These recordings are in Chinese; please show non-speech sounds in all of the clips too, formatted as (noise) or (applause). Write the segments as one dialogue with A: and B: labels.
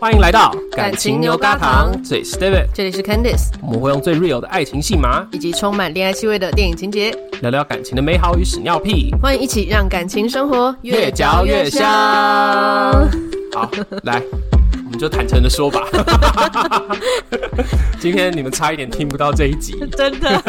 A: 欢迎来到
B: 感情牛轧糖
A: 这里是 David，
B: 这里是 Candice，
A: 我们会用最 real 的爱情戏码
B: 以及充满恋爱气味的电影情节，
A: 聊聊感情的美好与屎尿屁，
B: 欢迎一起让感情生活香。 (laughs)
A: 好，来，我们就坦诚的说吧。 (laughs) 今天你们差一点听不到这一
B: (laughs)
A: 集，
B: 真
A: (laughs)
B: 的，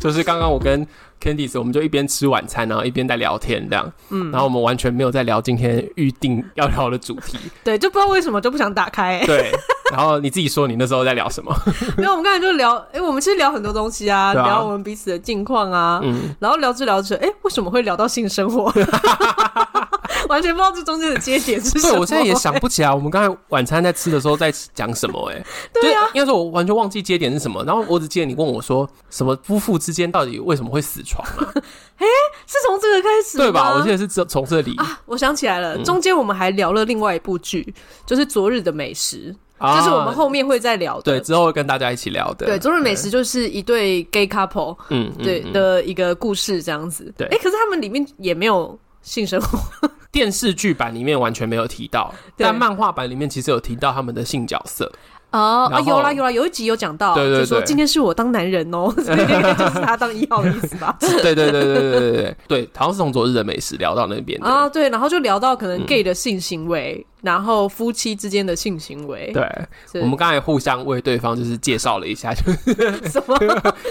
A: 就是刚刚我跟 Candice，我们就一边吃晚餐，然后一边在聊天这样。嗯，然后我们完全没有在聊今天预定要聊的主
B: (laughs)
A: 题。
B: 对，就不知道为什么就不想打开、欸，
A: 对，然后你自己说你那时候在聊什么？
B: 因为我们刚才就聊，哎、我们其实聊很多东西啊，
A: 对啊嗯
B: 聊我们彼此的近况啊，然后聊着聊着，哎、为什么会聊到性
A: (laughs)
B: 生活？完全不知道这中间的接点是
A: (laughs)
B: 什
A: 对，
B: 么。
A: 我现在也想不起来，我们刚才晚餐在吃的时候在讲什么、欸？哎，
B: (laughs) 对啊
A: 就是应该说我完全忘记接点是什么。然后我只记得你问我说，什么夫妇之间到底为什么会死床嘛、
B: 是从这个开始吗，
A: 对吧？我记得嗯是这从这里
B: 啊，我想起来了，中间我们还聊了另外一部剧，就是《昨日的美食》，啊这是我们后面会再聊的
A: 啊对。之后会跟大家一起聊的。
B: 对，昨日美食就是一对 gay couple
A: 嗯，嗯
B: 对
A: 嗯
B: 的一个故事这样子。
A: 对
B: 哎，可是他们里面也没有性生活，
A: 电视剧版里面完全没有提到，
B: 对
A: 但漫画版里面其实有提到他们的性角色。 (laughs)
B: 哦啊，
A: 然后
B: 有啦有啦，有一集有讲到，
A: 对对
B: 就说
A: 对。
B: 今天是我当男人哦，所以就是他当一号的意思吧
A: (laughs) 对对对对对对对对，好像是从昨日的美食聊到那边的。嗯
B: 啊，对，然后就聊到可能 gay 的性行为，然后夫妻之间的性行为，
A: 对，
B: 是
A: 我们刚才互相为对方就是介绍了一下，就
B: (laughs) 什么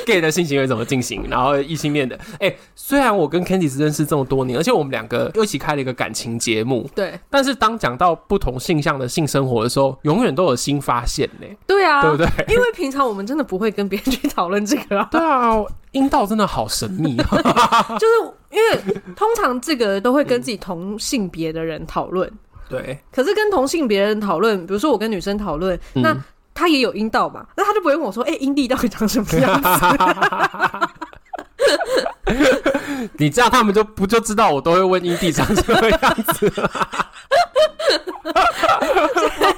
A: gay 的性行为怎么进行，然后异性恋的。哎、虽然我跟 Candice 认识这么多年，而且我们两个又一起开了一个感情节目，
B: 对
A: 但是当讲到不同性向的性生活的时候，永远都有新发现呢、
B: 对啊，
A: 对不对？ (laughs)
B: 因为平常我们真的不会跟别人去讨论这个啊，
A: 对啊，阴道真的好神秘
B: (laughs)
A: 啊！
B: 就是因为通常这个都会跟自己同性别的人讨论，
A: 对，
B: 可是跟同性别人讨论，比如说我跟女生讨论，
A: 嗯
B: 那她也有阴道嘛，那她就不会问我说，哎、阴蒂到底长什么样 (laughs)
A: 嗯
B: 子？
A: 你这样他们就不就知道我都会问阴蒂长什么样子了？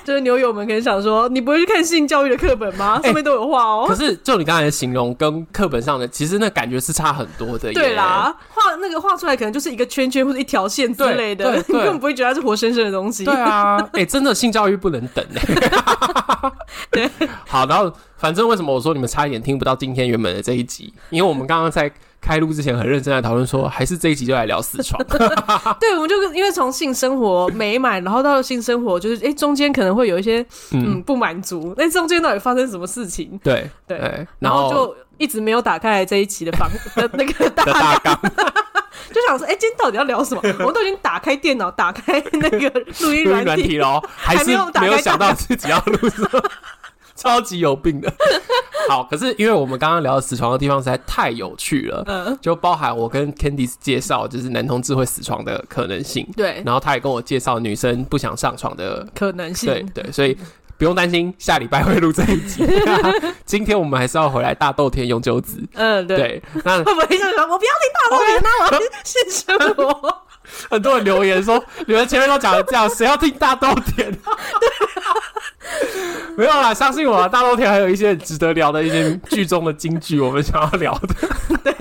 B: 就是牛友们可能想说，你不会去看性教育的课本
A: (laughs)
B: 吗？上面都有画哦。
A: 可是就你刚才的形容跟课本上的，其实那感觉是差很多的耶。
B: 对啦，画那个画出来可能就是一个圈圈或者一条线之类的，
A: 对对
B: 你
A: 对
B: 根本不会觉得它是活生生的东西。
A: 对啊， (laughs) 哎、真的性教育不能等哎、
B: (laughs) 对，
A: (laughs) 好，然后反正为什么我说你们差一点听不到今天原本的这一集？因为我们刚刚在开录之前很认真的讨论说，还是这一集就来聊死床。
B: (laughs)
A: 嗯
B: 对，我们就因为从性生活美满，然后到了性生活，就是哎、诶中间可能会有一些嗯
A: 嗯，
B: 不满足，那中间到底发生什么事情？
A: 对哎
B: 对
A: 然
B: 然
A: 后
B: 后就一直没有打开这一期的
A: (laughs)
B: 房的那个大
A: 的大纲，
B: 就想说，哎、今天到底要聊什么？我们都已经打开电脑，打开那个录音
A: 录音
B: 软
A: 软
B: 体，
A: 体咯，还是
B: 没有打
A: 没有
B: 开
A: 想到自己要录什么，超级有病的。 (laughs) 好，可是因为我们刚刚聊的死床的地方实在太有趣了，
B: 嗯，
A: 就包含我跟 Candice 介绍，就是男同志会死床的可能性，
B: 对，
A: 然后他也跟我介绍女生不想上床的
B: 可能
A: 对
B: 性，
A: 对，所以不用担心，下礼拜会录这一集。今天我们还是要回来大豆田永久子。
B: 嗯，对。
A: 对，
B: (laughs)
A: 那
B: 会不会就说我不要听大老人啊，我要听性生
A: (laughs)
B: 活？
A: 很多人留言说，你们前面都讲了这样，谁要听大豆田？没有啦，相信我啊啦，大豆田还有一些很值得聊的一些剧中的金句，我们想要聊的。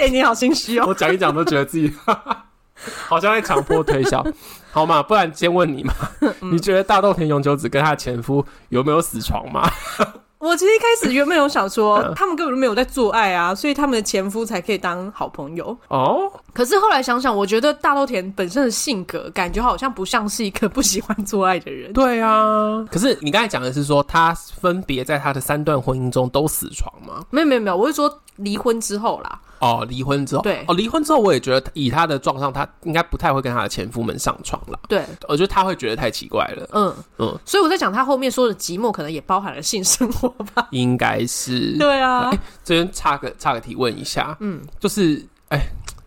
B: 哎、你好心虚哦。
A: 我讲一讲都觉得自己 (laughs) 好像在强迫推销，好嘛？不然先问你嘛，
B: 嗯
A: 你觉得大豆田永久子跟她前夫有没有死床吗？
B: 我其实一开始原本有想
A: 嗯
B: 说，他们根本就没有在做爱啊，所以他们的前夫才可以当好朋友。
A: 哦，
B: 可是后来想想，我觉得大豆田本身的性格，感觉好像不像是一个不喜欢做爱的人。
A: 对啊，可是你刚才讲的是说，他分别在他的三段婚姻中都死床吗？
B: 没有没有没有，我是说离婚之后啦。
A: 哦，离婚之后，
B: 对
A: 哦，离婚之后，我也觉得以他的状况，他应该不太会跟他的前夫们上床了。
B: 对，
A: 我觉得他会觉得太奇怪了，
B: 嗯
A: 嗯
B: 嗯，所以我在讲他后面说的寂寞，可能也包含了性生活吧。
A: 应该是。
B: 对啊，
A: 这边插个插个提问一下，
B: 嗯
A: 就是哎，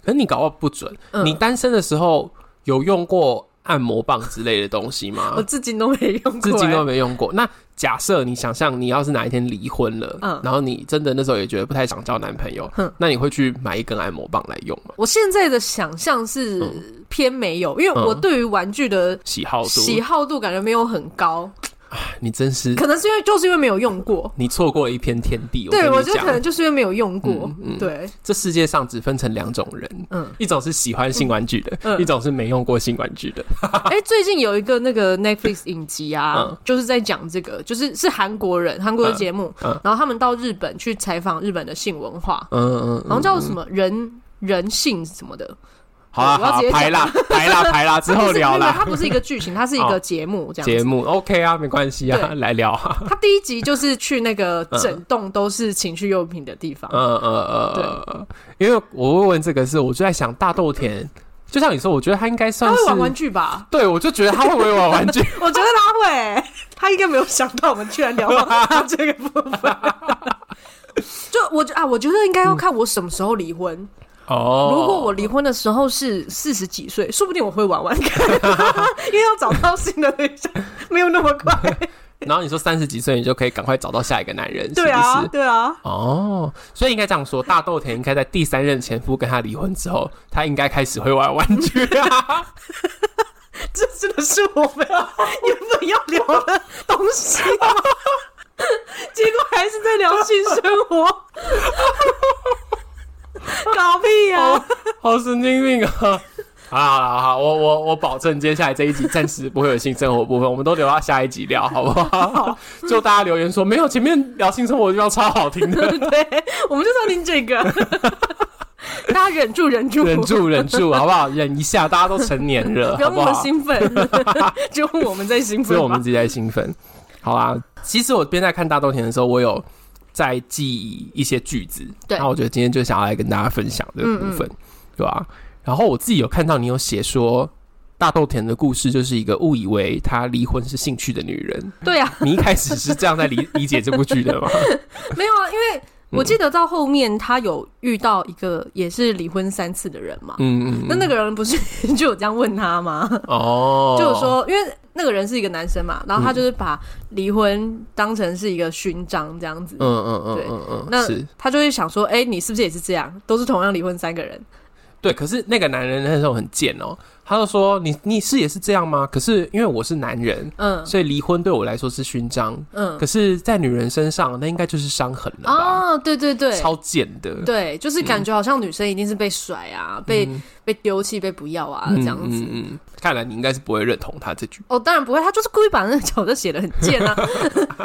A: 可是你搞不好不准，
B: 嗯
A: 你单身的时候有用过按摩棒之类的东西吗
B: 我？至今都没用
A: 至
B: 过、
A: 今都
B: 欸
A: 没用过。那假设你想象你要是哪一天离婚了，
B: 嗯
A: 然后你真的那时候也觉得不太想交男朋友，
B: 哼
A: 那你会去买一根按摩棒来用吗？
B: 我现在的想象是偏没有，因为我对于玩具的
A: 嗯喜好度
B: 喜好度感觉没有很高，
A: 你真是
B: 可能是因为就是因为没有用过。
A: 你错过了一片天地。
B: 对，
A: 我
B: 觉得可能就是因为没有用过。
A: 嗯嗯
B: 对，
A: 这世界上只分成两种人，
B: 嗯，
A: 一种是喜欢性玩具的，
B: 嗯
A: 一种是没用过性玩具的。
B: 哎、最近有一个那个 Netflix 影集啊，
A: 嗯
B: 就是在讲这个，就是是韩国人，韩国的节目，
A: 嗯嗯
B: 然后他们到日本去采访日本的性文化，
A: 嗯嗯，嗯
B: 好像叫什么人人性什么的。
A: 好啦
B: 我要
A: 好
B: 直接
A: 啦，排
B: 讲
A: 啦排啦排啦，之
B: 它
A: 后
B: 不是
A: 聊
B: 没有
A: 啦哦
B: 它。不是一个剧情，它是一个节目 (laughs) 这样
A: 节
B: 子。
A: 目 OK 啊，没关系啊，
B: 对
A: 来聊啊。
B: (laughs) 他第一集就是去那个整栋都是情趣用品的地方，
A: 嗯嗯嗯嗯，因为我会问这个是，我就在想大豆田，就像你说，我觉得他应该
B: 他
A: 算
B: 会
A: 是
B: 玩玩具吧？
A: 对，我就觉得他会不会玩玩
B: (laughs)
A: 具？
B: 我觉得他会、
A: (laughs)
B: 他应该没有想到我们居然聊到这个部
A: (laughs)
B: 分。就我觉啊，我觉得应该要看我什么时候离婚。
A: 哦
B: 如果我离婚的时候是四十几岁，说不定我会玩玩
A: (laughs)
B: 看，因为要找到新的对象没有那么
A: (laughs)
B: 快。
A: 然后你说三十几岁，你就可以赶快找到下一个男人，
B: 对
A: 是
B: 啊
A: 不，是？
B: 对啊，
A: 哦，所以应该这样说，大豆田应该在第三任前夫跟他离婚之后，他应该开始会玩玩具
B: (laughs)
A: 啊。
B: 这真的是我们 (laughs) 原本要聊的东西 (laughs) 吗？结果还是在聊性生 (laughs) 活，搞屁呀、啊！
A: 好神经病啊！ (laughs) 好啦好啦好啦，我我我保证，接下来这一集暂时不会有性生活部分，我们都留到下一集聊，好不好？ (laughs) 就大家留言说没有，前面聊性生活的地方超好听 (laughs) 的，
B: 对，我们就是要听这 (laughs) 个，大家忍住，忍住，
A: 忍住忍住，好不好？忍一下，大家都成年 (laughs) 了，
B: 不要
A: 好
B: 那么
A: 好？
B: 兴奋， (laughs) 只有我们在
A: (laughs)
B: 兴
A: 只
B: 奋吧，
A: 有我们自己在兴奋。好啊，其实我边在看大豆田的时候，我有在记一些句子，
B: 对嗯
A: 那我觉得今天就想要来跟大家分享这个部分，对吧、然后我自己有看到你有写说。大豆田的故事就是一个误以为她离婚是兴趣的女人。 (laughs)
B: 对啊，
A: 你一开始是这样
B: (laughs)
A: 在理理解这部剧的吗？
B: 没有啊，因为我记得到后面他有遇到一个也是离婚三次的人嘛，
A: 嗯，嗯
B: 那那个人不是 (laughs) 就有这样问他吗？
A: 哦，
B: 就是说，因为那个人是一个男生嘛，然后他就是把离婚当成是一个勋章这样子。
A: 嗯，嗯嗯
B: 对
A: 嗯嗯嗯，
B: 那
A: 是
B: 他就会想说，哎、你是不是也是这样？都是同样离婚三个人，
A: 对。可是那个男人那时候很贱哦，他就说：“你你是也是这样吗？”可是因为我是男人，
B: 嗯
A: 所以离婚对我来说是勋章，
B: 嗯，
A: 可是，在女人身上，那应该就是伤痕了吧？
B: 哦，对对对，
A: 超贱的，
B: 对，就是感觉好像女生一定是被甩啊，被
A: 嗯
B: 被丢弃、被不要啊
A: 嗯
B: 这样子。
A: 嗯嗯嗯看来你应该是不会认同他这句。
B: 哦，当然不会，他就是故意把那个角色写的很贱
A: (laughs)
B: 啊。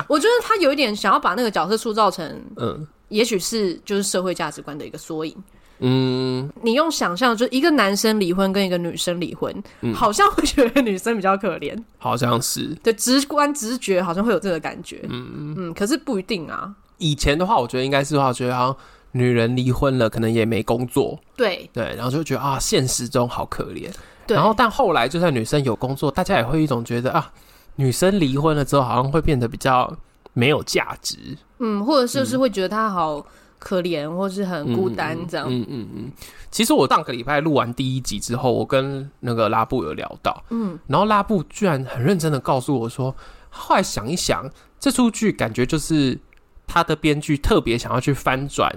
B: 我觉得他有一点想要把那个角色塑造成，
A: 嗯
B: 也许是就是社会价值观的一个缩影。
A: 嗯，
B: 你用想象，就是一个男生离婚跟一个女生离婚，
A: 嗯
B: 好像会觉得女生比较可怜， (laughs)
A: 好像是。
B: 对，直观直觉好像会有这个感觉。嗯嗯，可是不一定啊。
A: 以前的话，我觉得应该是的话，我觉得好像女人离婚了，可能也没工作，
B: 对
A: 对，然后就觉得啊，现实中好可怜。
B: 对，
A: 然后，但后来就算女生有工作，大家也会有一种觉得啊，女生离婚了之后，好像会变得比较没有价值。
B: 嗯，或者就是会觉得他好可怜，或是很孤单这样。
A: 嗯嗯嗯。其实我上个礼拜录完第一集之后，我跟那个拉布有聊到，
B: 嗯，
A: 然后拉布居然很认真的告诉我说，后来想一想，这出剧感觉就是他的编剧特别想要去翻转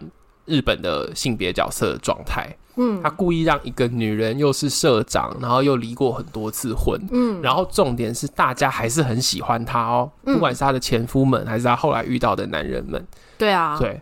A: 日本的性别角色的状态，
B: 嗯
A: 他故意让一个女人又是社长，然后又离过很多次婚，
B: 嗯
A: 然后重点是大家还是很喜欢她哦，
B: 嗯
A: 不管是她的前夫们，还是她后来遇到的男人们，
B: 对啊，
A: 对，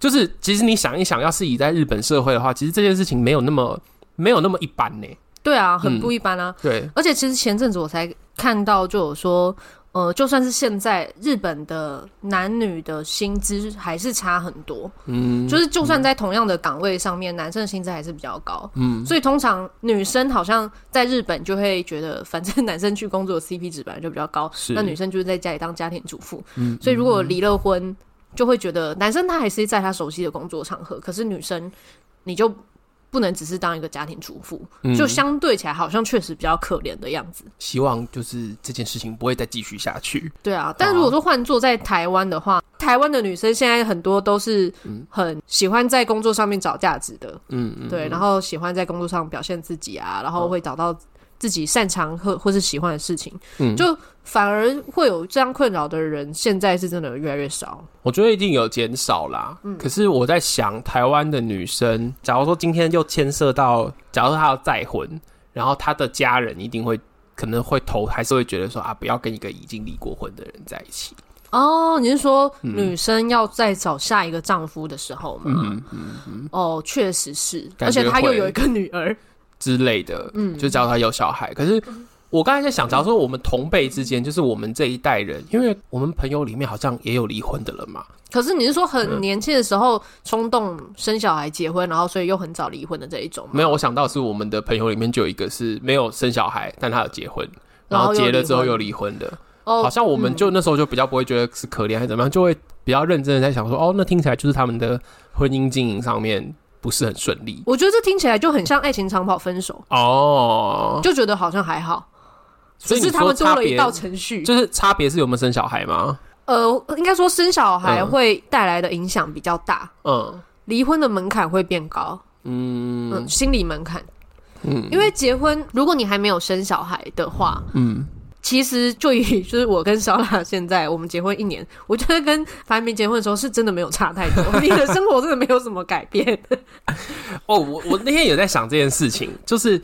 A: 就是其实你想一想，要是以在日本社会的话，其实这件事情没有那么没有那么一般呢。
B: 对
A: 嗯
B: 啊，很不一般啊。
A: 对，
B: 而且其实前阵子我才看到，就有说，呃，就算是现在日本的男女的薪资还是差很多，
A: 嗯，
B: 就是就算在同样的岗位上面，男生的薪资还是比较高。
A: 嗯，
B: 所以通常女生好像在日本就会觉得，反正男生去工作 CP 值本来就比较高，
A: 是
B: 那女生就是在家里当家庭主妇。
A: 嗯
B: 所以如果离了婚，就会觉得男生他还是在他熟悉的工作场合，可是女生你就不能只是当一个家庭主妇，
A: 嗯
B: 就相对起来好像确实比较可怜的样子。
A: 希望就是这件事情不会再继续下去。
B: 对啊，但如果说换做在台湾的话，台湾的女生现在很多都是很喜欢在工作上面找价值的，
A: 嗯嗯，
B: 对，然后喜欢在工作上表现自己啊，然后会找到自己擅长或或是喜欢的事情，
A: 嗯
B: 就反而会有这样困扰的人，现在是真的越来越少。
A: 我觉得一定有减少啦。
B: 嗯
A: 可是我在想，台湾的女生，假如说今天就牵涉到，假如说她要再婚，然后她的家人一定会可能会头还是会觉得说啊，不要跟一个已经离过婚的人在一起。
B: 哦，你是说女生要再找下一个丈夫的时候吗？
A: 嗯嗯
B: 哦，确实是，
A: 感
B: 而
A: 觉
B: 且她又
A: 会
B: 有一个女儿，
A: 之类的，
B: 嗯
A: 就假如他有小孩。可是我刚才在想，假如说我们同辈之间，就是我们这一代人，因为我们朋友里面好像也有离婚的了嘛，
B: 可是你是说很年轻的时候冲动生小孩、结婚，然后所以又很早离婚的这一种吗？
A: 没有，我想到是我们的朋友里面就有一个是没有生小孩，但他有结婚，
B: 然
A: 然
B: 后
A: 后
B: 又
A: 结了
B: 离
A: 之后
B: 婚
A: 又离婚的。好
B: 哦，
A: 像我们就那时候就比较不会觉得是可怜还是怎么样，就会比较认真的在想说，哦，那听起来就是他们的婚姻经营上面不是很顺利
B: 我觉得这听起来就很像爱情长跑分手，
A: 哦。
B: 就觉得好像还好，
A: 所
B: 只
A: 以你
B: 是他
A: 说
B: 们多
A: 差
B: 了一
A: 别
B: 道程序。
A: 就是差别是有没有生小孩吗？
B: 呃，应该说生小孩
A: 嗯
B: 会带来的影响比较大，
A: 嗯
B: 离婚的门槛会变高，
A: 嗯
B: 嗯，心理门槛。
A: 嗯
B: 因为结婚，如果你还没有生小孩的话，
A: 嗯，
B: 其实就以 (laughs) 就是我跟小雅现在我们结婚一年，我觉得跟凡明结婚的时候是真的没有差太
A: (laughs)
B: 多，你的生活真的没有什么改变。 (laughs)
A: 哦，我我那天有在想这件事情，就是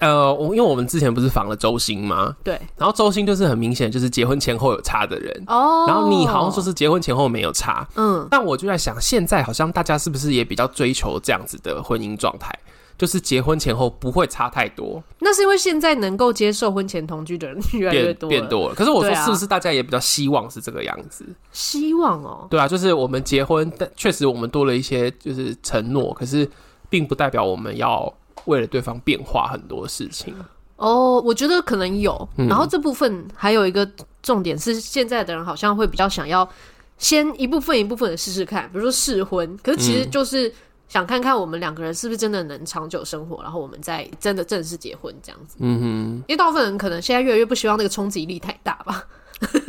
A: 呃，我因为我们之前不是访了周星吗？
B: 对，
A: 然后周星就是很明显就是结婚前后有差的人，
B: 哦
A: 然后你好像说是结婚前后没有差，
B: 嗯，
A: 但我就在想，现在好像大家是不是也比较追求这样子的婚姻状态？就是结婚前后不会差太多，
B: 那是因为现在能够接受婚前同居的人越来越
A: 变
B: 多了，
A: 变多了。可是我说，
B: 对啊
A: 是不是大家也比较希望是这个样子？
B: 希望哦，
A: 对啊，就是我们结婚，但确实我们多了一些就是承诺，可是并不代表我们要为了对方变化很多事情。
B: 哦，我觉得可能有。
A: 嗯
B: 然后这部分还有一个重点是，现在的人好像会比较想要先一部分一部分的试试看，比如说试婚，可是其
A: 嗯
B: 实就是。想看看我们两个人是不是真的能长久生活，然后我们再真的正式结婚这样子。
A: 嗯
B: 因为大部分人可能现在越来越不希望那个冲击力太大吧。
A: 哼，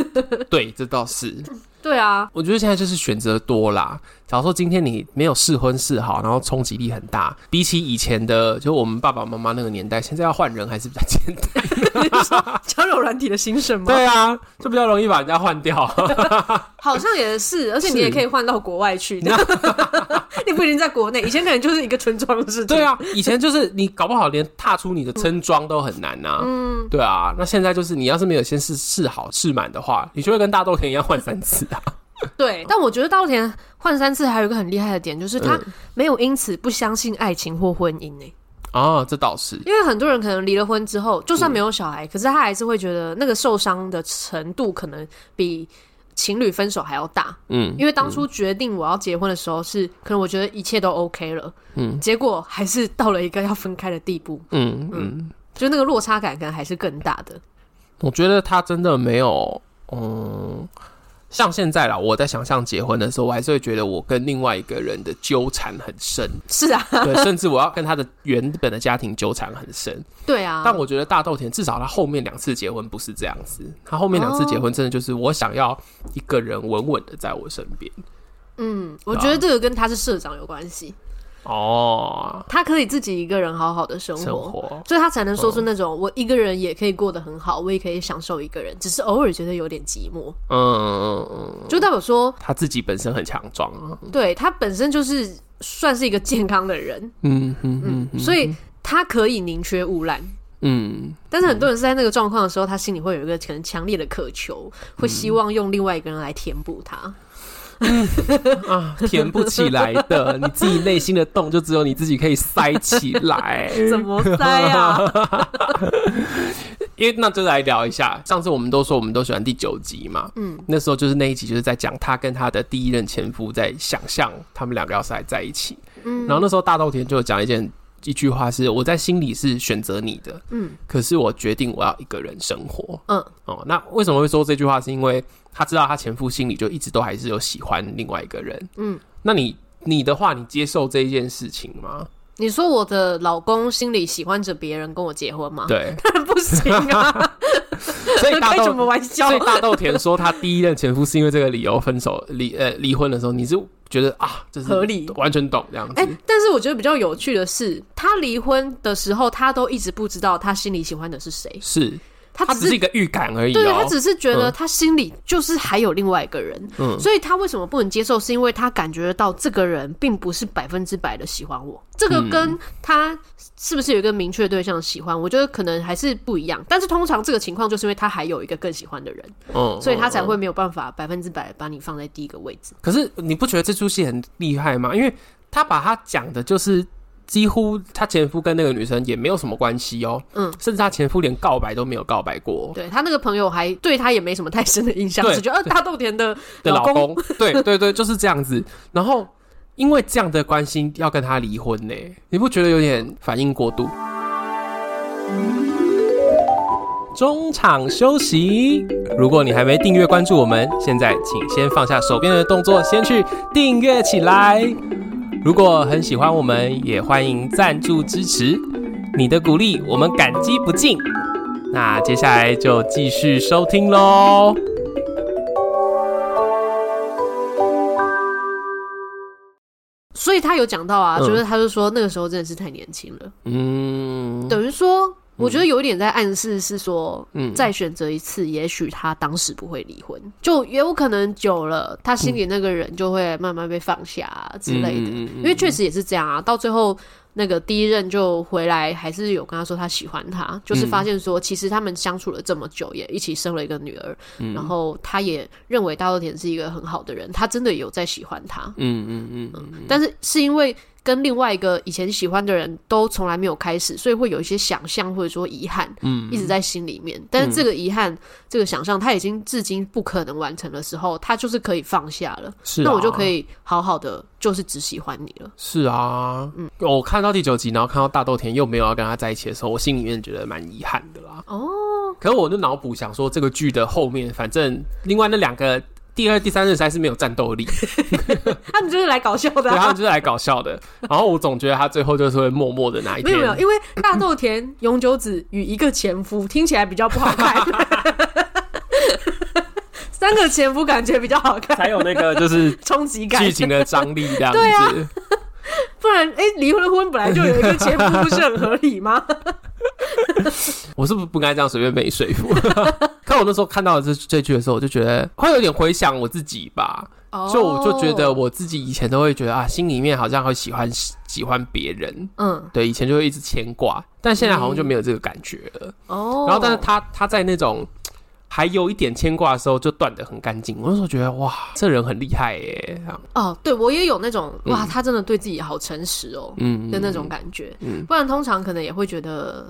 A: 对，这倒是。
B: 对啊， (laughs)
A: 我觉得现在就是选择多啦。假如说今天你没有试婚试好，然后冲击力很大，比起以前的，就我们爸爸妈妈那个年代，现在要换人还是比较简单。
B: 交友软体的兴盛吗？
A: 对 (laughs) 啊，就比较容易把人家换掉。
B: 好像也是，而且你
A: 是
B: 也可以换到国外去， (laughs) 你不一定在国内。以前可能就是一个村庄的事情。
A: 对，啊，以前就是你搞不好连踏出你的村庄都很难呐、嗯，对啊，那现在就是你要是没有先试试好试满的话，你就会跟大豆田一样换三次啊。
B: 对。但我觉得稻田换三次还有一个很厉害的点，就是他
A: 嗯
B: 没有因此不相信爱情或婚姻呢、欸
A: 哦，这倒是，
B: 因为很多人可能离了婚之后，就算没有小孩，可是他还是会觉得那个受伤的程度可能比情侣分手还要大。
A: 嗯，
B: 因为当初决定我要结婚的时候是，可能我觉得一切都 OK 了，嗯，结果还是到了一个要分开的地步，
A: 嗯嗯，
B: 就那个落差感可能还是更大的。
A: 我觉得他真的没有，嗯，像现在啦，我在想象结婚的时候，我还是会觉得我跟另外一个人的纠缠很 (laughs) 深，
B: 是啊，
A: 对，甚至我要跟他的原本的家庭纠缠很深。
B: (laughs) 对啊，
A: 但我觉得大豆田至少他后面两次结婚不是这样子，他后面两次结婚真的就是我想要一个人稳稳的在我身边。
B: 嗯，我觉得这个跟他是社长有关系，
A: 哦，
B: 他可以自己一个人好好的生活，
A: 生活
B: 所以他才能说出那种、我一个人也可以过得很好，我也可以享受一个人，只是偶尔觉得有点寂寞，
A: 嗯嗯嗯，
B: 就代表说，
A: 他自己本身很强壮啊。
B: 对他本身就是算是一个健康的人，
A: 嗯嗯嗯
B: 嗯，所以他可以宁缺毋滥。
A: 嗯，
B: 但是很多人是在那个状况的时候，他心里会有一个可能强烈的渴求，会希望用另外一个人来填补他。
A: 啊填不起来的，你自己内心的洞就只有你自己可以塞起来。
B: 怎么塞啊？
A: 因为那就来聊一下，上次我们都说我们都喜欢第九集嘛，嗯，那时候就是那一集就是在讲她跟她的第一任前夫在想象他们两个要是还在一起，嗯，然后那时候大豆田就有讲一件一句话是我在心里是选择你的，
B: 嗯
A: 可是我决定我要一个人生活
B: 嗯，
A: 哦。那为什么会说这句话？是因为她知道她前夫心里就一直都还是有喜欢另外一个人，
B: 嗯，
A: 那你你的话，你接受这一件事情吗？
B: 你说我的老公心里喜欢着别人跟我结婚吗？
A: 对，
B: (laughs) 不行啊，
A: 所以大
B: 开
A: 豆
B: 什么玩笑
A: 所以？大豆田说他第一任前夫是因为这个理由分手离呃离婚的时候，你是觉得啊，这是
B: 合理
A: 完全懂这样子。
B: 哎、但是我觉得比较有趣的是，他离婚的时候，他都一直不知道他心里喜欢的是谁。
A: 是，
B: 他
A: 它
B: 只
A: 只是一个预感而已、哦。
B: 对，他只是觉得
A: 嗯
B: 他心里就是还有另外一个人，
A: 嗯
B: 所以他为什么不能接受？是因为他感觉得到这个人并不是百分之百的喜欢我，这个跟他是不是有一个明确对象喜欢，我觉得可能还是不一样。但是通常这个情况就是因为他还有一个更喜欢的人，
A: 嗯
B: 所以他才。
A: 嗯嗯
B: 会没有办法百分之百把你放在第一个位置。
A: 可是你不觉得这出戏很厉害吗？因为他把他讲的就是。几乎她前夫跟那个女生也没有什么关系哦，
B: 嗯，
A: 甚至她前夫连告白都没有告白过哦
B: 对他那个朋友还对他也没什么太深的印象，
A: 对
B: 只觉得呃大豆田的
A: (laughs) 的
B: 老
A: 老公，对对对，就是这样子。然后因为这样的关心要跟他离婚呢，你不觉得有点反应过度？中场休息。如果你还没订阅关注我们，现在请先放下手边的动作，先去订阅起来。如果很喜欢我们，也欢迎赞助支持，你的鼓励我们感激不尽。那接下来就继续收听喽。
B: 所以他有讲到啊，
A: 嗯
B: 就是他就说那个时候真的是太年轻了，
A: 嗯，
B: 等于说我觉得有一点在暗示是说，
A: 嗯
B: 再选择一次，也许他当时不会离婚，就也有可能久了，他心里那个人就会慢慢被放下、啊、之类的。
A: 嗯嗯嗯嗯
B: 因为确实也是这样啊，到最后那个第一任就回来，还是有跟他说他喜欢他，就是发现说其实他们相处了这么久，也一起生了一个女儿，
A: 嗯
B: 然后他也认为大豆田是一个很好的人，他真的有在喜欢他，
A: 嗯嗯嗯
B: 但是是因为跟另外一个以前喜欢的人都从来没有开始，所以会有一些想象或者说遗憾，
A: 嗯，
B: 一直在心里面。但是这个遗憾、这个想象，他已经至今不可能完成的时候，他就是可以放下了。
A: 是、啊，
B: 那我就可以好好的，就是只喜欢你了。
A: 是啊，嗯，我看到第九集，然后看到大豆田又没有要跟他在一起的时候，我心里面觉得蛮遗憾的啦。
B: 哦，
A: 可是我就脑补想说，这个剧的后面，反正另外那两个第二、第三任实在是没有战斗
B: (laughs)
A: 力，
B: 他们就是来搞笑的、
A: 对他
B: 啊
A: 们。就是来搞笑的。然后我总觉得他最后就是会默默的那一
B: 没
A: 天，
B: 有没有，因为大豆田永久子与一个前夫听起来比较不好看， (laughs) 三个前夫感觉比较好看，
A: 才有那个就是
B: 冲击 (laughs) 感。
A: 剧情的张力这样
B: 对啊
A: 子。
B: 不然，哎、离婚的婚本来就有一个前夫，不是很合
A: (laughs)
B: 理吗？
A: 我是不是不该这样随便被你说服？ (laughs) 可我那时候看到这这句的时候，我就觉得会有点回想我自己吧。就我就觉
B: 哦
A: 得，我自己以前都会觉得啊，心里面好像会喜欢喜欢别人，
B: 嗯，
A: 对，以前就会一直牵挂，但现在好像就没有这个感觉了。
B: 哦，
A: 然后，但是他他在那种还有一点牵挂的时候，就断得很干净。我那时候觉得哇，这人很厉害耶，这样
B: 哦，对我也有那种
A: 嗯
B: 哇，他真的对自己好诚实哦、
A: 嗯
B: 的那种感觉。
A: 嗯
B: 不然通常可能也会觉得，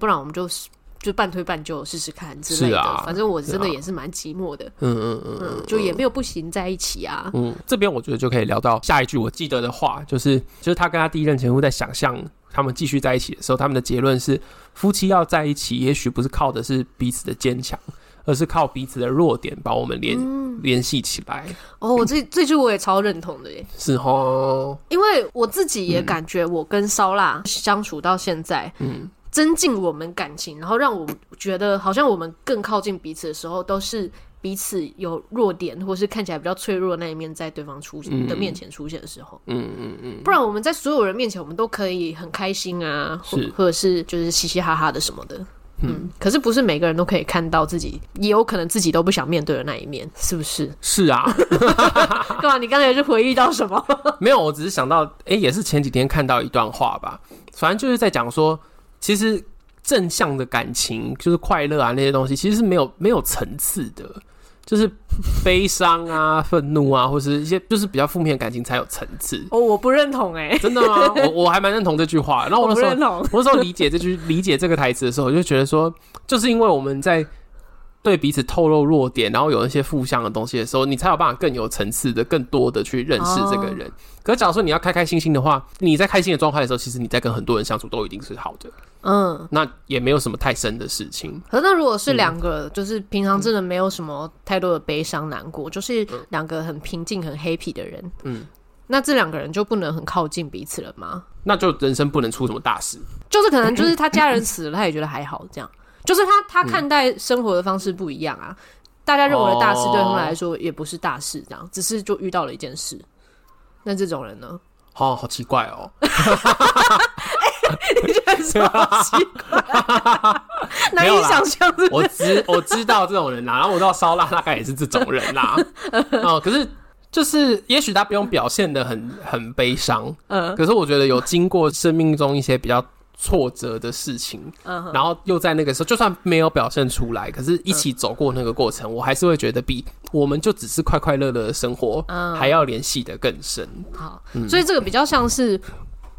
B: 不然我们就是就半推半就试试看之类
A: 是
B: 的。
A: 啊
B: 反正我真的
A: 是啊
B: 也是蛮寂寞的，
A: 嗯嗯嗯嗯
B: 嗯，就也没有不行在一起啊。
A: 嗯，这边我觉得就可以聊到下一句我记得的话，就是就是他跟他第一任前夫在想象他们继续在一起的时候，他们的结论是夫妻要在一起，也许不是靠的是彼此的坚强，而是靠彼此的弱点把我们联、联系起来。
B: 哦，我这这句我也超认同的耶，
A: 是哦，
B: 因为我自己也感觉我跟烧腊相处到现在，
A: 嗯
B: 增进我们感情，然后让我们觉得好像我们更靠近彼此的时候，都是彼此有弱点，或是看起来比较脆弱的那一面在对方出
A: 嗯
B: 的面前出现的时候，
A: 嗯嗯嗯，
B: 不然我们在所有人面前，我们都可以很开心啊，或
A: 是？
B: 或者是就是嘻嘻哈哈的什么的。嗯，可是不是每个人都可以看到自己，也有可能自己都不想面对的那一面，是不是
A: 是啊，
B: 干嘛？你刚才是回忆到什么？
A: 没有，我只是想到，哎、也是前几天看到一段话吧，反正就是在讲说，其实正向的感情，就是快乐啊那些东西，其实是没有没有层次的，就是悲伤啊、愤怒啊，或是一些就是比较负面的感情才有层次。
B: (laughs) 哦，我不认同 (laughs) 哎、
A: 真的吗？我我还蛮认同这句话。然后我
B: 哦
A: 那
B: 我不
A: 时候
B: 认同。
A: 我那时候理解这句理解这个台词的时候，我就觉得说，就是因为我们在对彼此透露弱点，然后有一些负向的东西的时候，你才有办法更有层次的、更多的去认识这个人。可是假如说你要开开心心的话，你在开心的状态的时候，其实你在跟很多人相处都一定是好的，
B: 嗯，
A: 那也没有什么太深的事情。
B: 可是那如果是两个，就是平常真的没有什么太多的悲伤难过，就是两个很平静、很 happy 的人，
A: 嗯，
B: 那这两个人就不能很靠近彼此了吗？
A: 那就人生不能出什么大事。
B: 就是可能就是他家人死了，他也觉得还好，这样，就是他他看待生活的方式不一样啊。大家认为的大事
A: 哦
B: 对他们来说也不是大事，这样，只是就遇
A: (laughs)
B: 到了一件事。那这种人呢？
A: 哦，好奇怪哦！
B: 你觉得什么奇怪、难
A: 没有
B: 以
A: 啦
B: 想象是不
A: 我
B: 是？
A: 知我知道这种人啦，啊然后我知道烧腊大概也是这种人啦。哦，可是就是也许他不用表现的很很悲伤，
B: 嗯
A: 可是我觉得有经过生命中一些比较挫折的事情，
B: 嗯哼，
A: 然后又在那个时候，就算没有表现出来，可是一
B: 嗯
A: 起走过那个过程，我还是会觉得比我们就只是快快乐乐的生活
B: 嗯
A: 还要联系的更深。
B: 好，所以这个比较像是。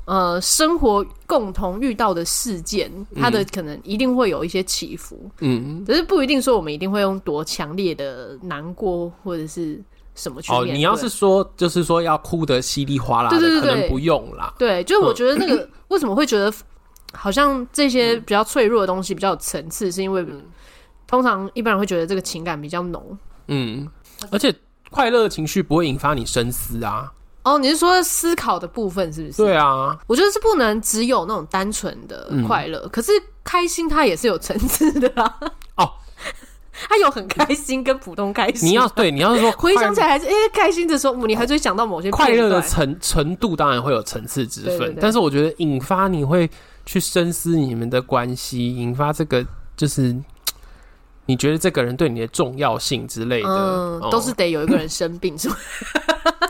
B: 呃，生活共同遇到的事件，它的可能一定会有一些起伏，
A: 嗯，
B: 只是不一定说我们一定会用多强烈的难过或者是什么去面
A: 哦，
B: 对。
A: 你要是说就是说要哭得稀里哗啦的，
B: 对对对
A: 可能不用啦。
B: 对，就是
A: 嗯
B: 我觉得
A: (clears throat)
B: 那个为什么会觉得好像这些
A: 嗯
B: 比较脆弱的东西比较有层次，是因为通常一般人会觉得这个情感比较浓。
A: 嗯，而且快乐的情绪不会引发你深思啊。
B: 哦，你是说思考的部分是不是？
A: 对嗯啊，
B: 我觉得是不能只有那种单纯的快乐，可是开心它也是有层次的啊。
A: 哦，
B: (laughs) 它有很开心跟普通开心。
A: 你要对你要是说
B: (laughs) 回想起
A: 来。
B: 来还是哎、开心的时候，你还是会想到某些
A: 快乐的
B: 片段
A: 程程度当然会有层次之分，
B: 对对对
A: 但是我觉得引发你会去深思你们的关系，引发这个就是嘖你觉得这个人对你的重要性之类的，
B: 嗯
A: 哦，
B: 都是得有一个人生病，是吧？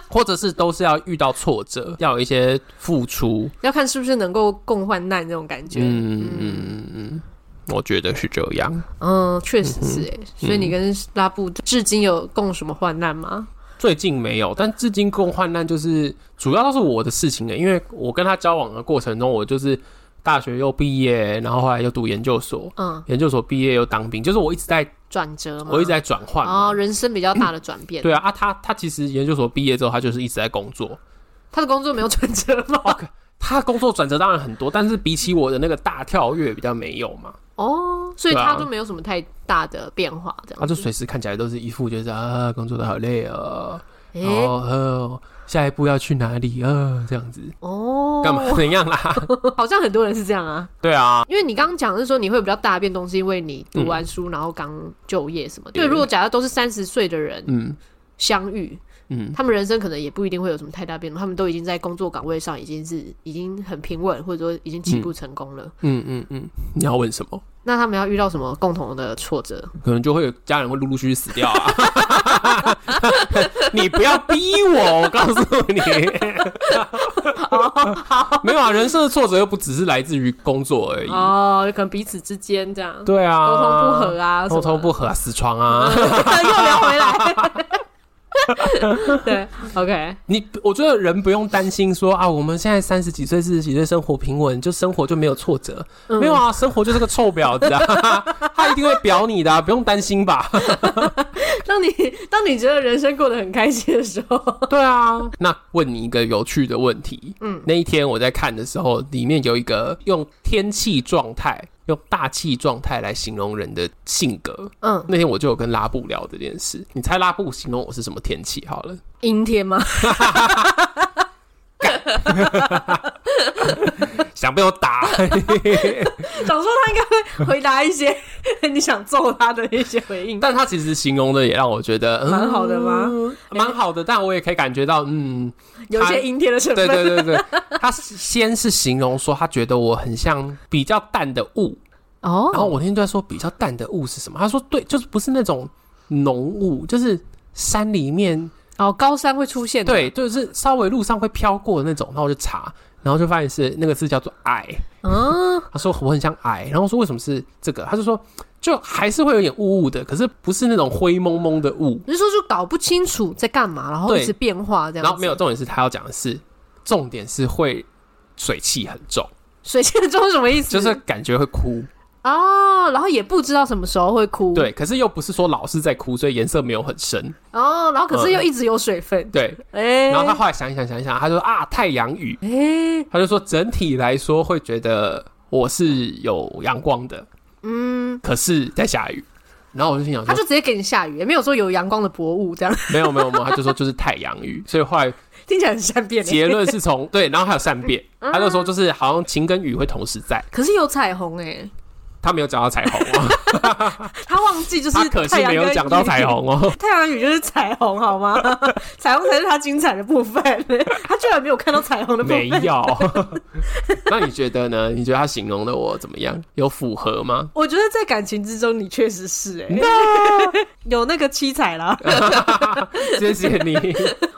A: 或者是都是要遇到挫折，要有一些付出，
B: (laughs) 要看是不是能够共患难这种感觉。
A: 嗯嗯嗯嗯，我觉得是这样。
B: 嗯，确实是哎、
A: 嗯
B: 所以你跟拉布至今有共什么患难吗？
A: 最近没有，但至今共患难就是主要都是我的事情了，因为我跟他交往的过程中，我就是大学又毕业，然后后来又读研究所，
B: 嗯，
A: 研究所毕业又当兵，就是我一直在
B: 转折吗？
A: 我一直在转换嘛。
B: 哦，人生比较大的转
A: (coughs)
B: 变。
A: 对啊，啊他他其实研究所毕业之后，他就是一直在工作。
B: 他的工作没有转折
A: (laughs)
B: 吗？
A: 啊他工作转折当然很多，但是比起我的那个大跳跃比较没有嘛，
B: 哦，所以
A: 对啊
B: 他就没有什么太大的变化，这
A: 他
B: 样。
A: 就随时看起来都是一副就是啊工作的好累哦，
B: 哎、
A: 然后呃下一步要去哪里啊这样子，
B: 哦，
A: 干嘛怎样啦？
B: (laughs) 好像很多人是这样啊，
A: 对啊，
B: 因为你刚刚讲的是说你会比较大的变动，是因为你读完书、然后刚就业什么的。对，如果假设都是三十岁的人
A: 嗯
B: 相遇，
A: 嗯
B: 他们人生可能也不一定会有什么太大变动，他们都已经在工作岗位上已经是已经很平稳，或者说已经起步成功了。
A: 嗯嗯嗯，你要问什么？
B: 那他们要遇到什么共同的挫折？
A: 可能就会有家人会陆陆续续死掉啊！ (laughs) 你不要逼我，我告诉你，
B: 哦
A: 没有啊，人生的挫折又不只是来自于工作而已。
B: 哦，可能彼此之间这样
A: 对啊，
B: 沟通不合啊，
A: 沟通不合啊，死床啊！
B: 合， (laughs) 又聊
A: (laughs)
B: 回来。对，OK，
A: 你我觉得人不用担心说啊，我们现在三十几岁、四十几岁，生活平稳，就生活就没有挫折。没有啊，生活就是个臭婊子啊， (laughs) 他一定会表你的、啊，不用担心吧？
B: 当你当你觉得人生过得很开心的时候，
A: (laughs) 对啊，那问你一个有趣的问题。嗯，那一天我在看的时候，里面有一个用天气状态、用大气状态来形容人的性格。
B: 嗯，
A: 那天我就有跟拉布聊这件事。你猜拉布形容我是什么天气？好了，
B: 阴天
A: (laughs)
B: 吗？
A: 想被我
B: (laughs)
A: 打。
B: 想说他应该会回答
A: (laughs)
B: 一些你想揍他的一些回应，
A: 但他其实形容的也让我觉得
B: 蛮好的吗？
A: 嗯蛮好的，但我也可以感觉到，嗯，
B: 有一些阴天的成
A: 对
B: 分。
A: 对对
B: (laughs)
A: 对，他先是形容说他觉得我很像比较淡的雾，然
B: 哦，
A: 后我那天就在说比较淡的雾是什么？他说对，就是不是那种浓雾，就是山里面
B: 哦，高山会出现的，
A: 对，就是稍微路上会飘过的那种。然后我就查，然后就发现是那个字叫做霭。
B: 嗯，
A: 他说我很像霭，然后我说为什么是这个？他就说就还是会有点雾雾的，可是不是那种灰蒙蒙的雾。
B: 你是说就搞不清楚在干嘛，然后
A: 对
B: 一直变化这样子，
A: 然后没有重点是他要讲的是，重点是会水汽很重，
B: 水泄中是什么意思？
A: 就是感觉会哭。
B: 哦，然后也不知道什么时候会哭，，
A: 对，可是又不是说老是在哭，所以颜色没有很深。
B: 哦，然后可是又一直有水分，
A: 对，
B: 哎、
A: 呃然后他后来想一想想一想，他说啊太阳雨，
B: 哎、
A: 他就说整体来说会觉得我是有阳光的，
B: 嗯，
A: 可是在下雨。然后我就心想
B: 他
A: 说
B: 就直接给你下雨，也没有说有阳光的薄雾这样，
A: 没有没有没有，他就说就是太阳
B: (laughs)
A: 雨，所以后来
B: 听起来很善变欸。
A: 结论是从
B: (laughs) 嗯
A: 对，然后还有善变，他就说就是好像晴跟雨会同时在，
B: 可是有彩虹哎、
A: 他他没有讲到彩虹哦，
B: 他忘记 (laughs) 就是
A: 他可
B: 太
A: 是
B: 阳
A: 没有
B: 跟
A: 讲到
B: 雨
A: 彩虹哦。
B: 太阳雨就是彩虹，好吗？ (laughs) 彩虹才是他精彩的部分， (laughs) 他居然没有看到彩虹的部
A: (laughs) 没
B: 分。 (laughs)
A: 有，那你觉得呢？你觉得他形容的我怎么样？有符合吗？
B: 我觉得在感情之中，你确实是哎、 (laughs) 有那个七
A: (laughs)
B: 彩啦，
A: 谢谢
B: (laughs)
A: 你。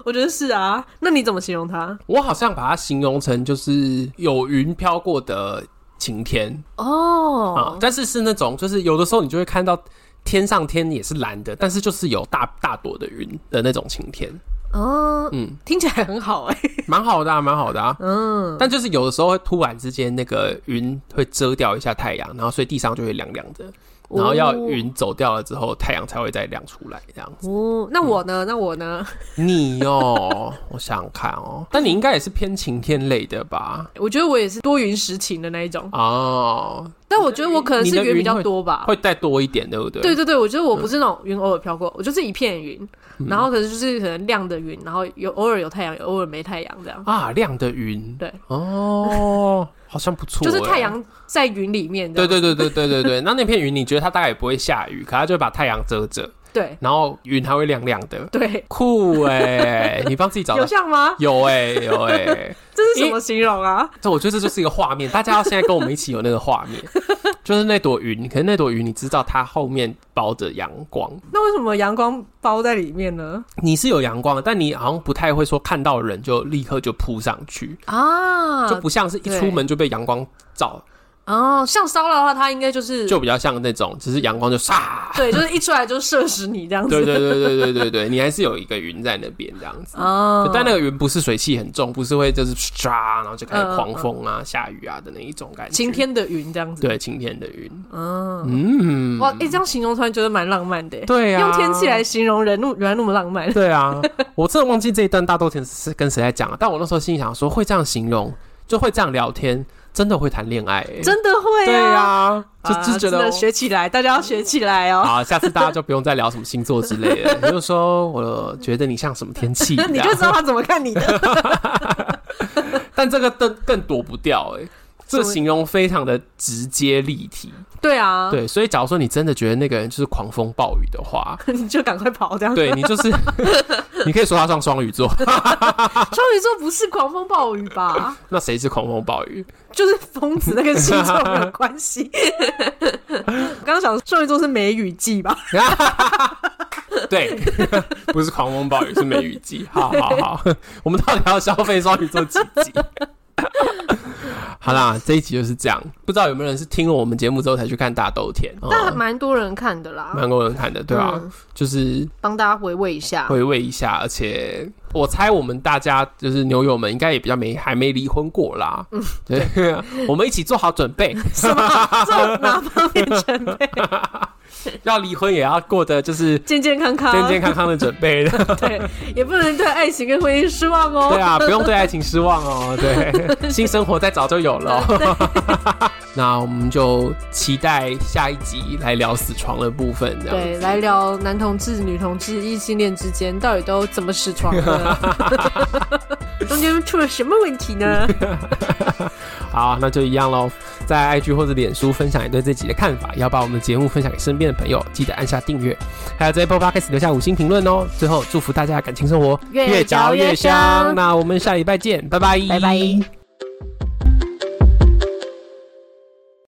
B: 我觉得是啊。那你怎么形容他？
A: 我好像把它形容成就是有云飘过的晴天啊、
B: 哦，
A: 但是是那种就是有的时候你就会看到天上天也是蓝的，但是就是有大大朵的云的那种晴天，
B: 哦，
A: 嗯，
B: 听起来很好哎、
A: 蛮好的、啊，蛮好的啊。
B: 嗯，
A: 但就是有的时候会突然之间那个云会遮掉一下太阳，然后所以地上就会凉凉的， (laughs)
B: 哦
A: 然后要云走掉了之后，太阳才会再亮出来
B: (laughs)
A: 这样。
B: 哦，那我呢？那我呢？
A: 你哦，我想想看哦，但你应该也是偏晴天类的吧？
B: 我觉得我也是多云时晴的那一种，
A: 哦，
B: 但我觉得我可能是
A: 你的云
B: 比较多吧。
A: 会再多一点，对不对？
B: 对对对，我觉得我不是那种云偶尔飘过，我就是一片云，
A: 嗯
B: 然后可能就是可能亮的云，然后有偶尔有太阳，有偶尔没太阳这样，
A: 啊，亮的云，
B: 对，
A: 哦，好像不错，欸
B: 就是太。阳在云里面这
A: 对
B: 样。
A: 对对对对对
B: (laughs)
A: 对，那那片云，你觉得它大概也不会下雨，可它就会把太阳遮着，
B: 对
A: 然后云还会亮亮的，
B: 对
A: 酷哎、你帮自己找
B: (laughs) 有
A: 到
B: 像吗？
A: 有哎、有哎、
B: 这是什么形
A: (laughs)
B: 容啊？
A: 这我觉得这就是一个画面，大家要现在跟我们一起有那个画
B: (laughs)
A: 面，就是那朵云，可是那朵云你知道它后面包着阳光，
B: 那为什么阳光包在里面呢？
A: 你是有阳光，但你好像不太会说看到人就立刻就扑上去，
B: 啊，
A: 就不像是一
B: 对
A: 出门就被阳光照，
B: 哦，像烧了的话，它应该就是
A: 就比较像那种只是阳光就
B: (laughs)
A: 唰。
B: 对，就是一出来就射死你这样子。
A: 对对对对对对对，你还是有一个云在那边这样子。
B: 哦，
A: 但那个云不是水汽很重，不是会就是唰，然后就开始
B: 嗯嗯
A: 狂风啊、下雨啊的那一种感觉。
B: 晴天的云这样子。
A: 对晴天的云，
B: 嗯，
A: 嗯，
B: 哇，哎，这样形容突然觉得蛮浪漫的耶。欸
A: 对啊，
B: 用天气来形容人，那么原来那么浪漫。
A: 对啊，我真的忘记这一段大豆田是跟谁在讲了、啊但我那时候心里想说，会这样形容，就会这样聊天，真的会谈恋爱、欸，
B: 真的会
A: 对
B: 啊，
A: 啊，就就觉
B: 真
A: 得
B: 的学起来，大家要学起来
A: (laughs)
B: 哦。
A: 好，下次大家就不用再聊什么星座之类的，你就说我觉得你像什么天气，
B: 那 (laughs) 你就知道他怎么看你的。
A: 但这个更更躲不掉哎、欸这
B: 什么
A: 形容非常的直接立体，
B: 对 (laughs)
A: (laughs)
B: 啊，
A: 对，所以假如说你真的觉得那个人就是狂风暴雨的话，
B: 你就赶快跑这样。
A: 对你就是 (laughs) 你可以说他像双鱼座，
B: 双鱼座不是狂风暴雨吧？ (laughs)
A: 那谁是狂风暴雨？
B: 就是疯子那个星座没有关系。 (laughs) 我刚刚想双鱼座是梅雨季吧？
A: 对， (laughs) 不是狂风暴雨，是梅雨季。好好好，我们到底要消费双鱼座几集？ (laughs) 好啦，这一集就是这样。不知道有没有人是听了我们节目之后才去看大豆田？哦
B: 但蛮多人看的啦，
A: 蛮多人看的，对啊，
B: 嗯
A: 就是
B: 帮大家回味一下。 (laughs)
A: 回味一下。而且我猜我们大家就是牛友们应该也比较没还没离婚过啦。嗯，对， (laughs) 我们一起做好准备，
B: 什么？这哪方面准
A: (laughs)
B: 备？
A: 要离婚也要过得就是
B: 健健康康，
A: 健健康康的准备。
B: (laughs) 对，也不能对爱情跟婚姻失望哦。
A: 对啊，不用对爱情失望哦。
B: (laughs)
A: 对，新生活再早就有了哦、那我们就期待下一集来聊死床的部分，这样
B: 对，来聊男同志、女同志、异性恋之间到底都怎么死床的， (laughs) 中间出了什么问题 (laughs) 呢？
A: 好，那就一样喽。在 IG 或者脸书分享你对这集的看法，也要把我们的节目分享给身边的朋友，记得按下订阅，还有在 Apple Podcast 留下五星评论哦。最后，祝福大家感情生活
B: 越嚼越香
A: 那我们下礼拜见，拜拜，
B: 拜拜。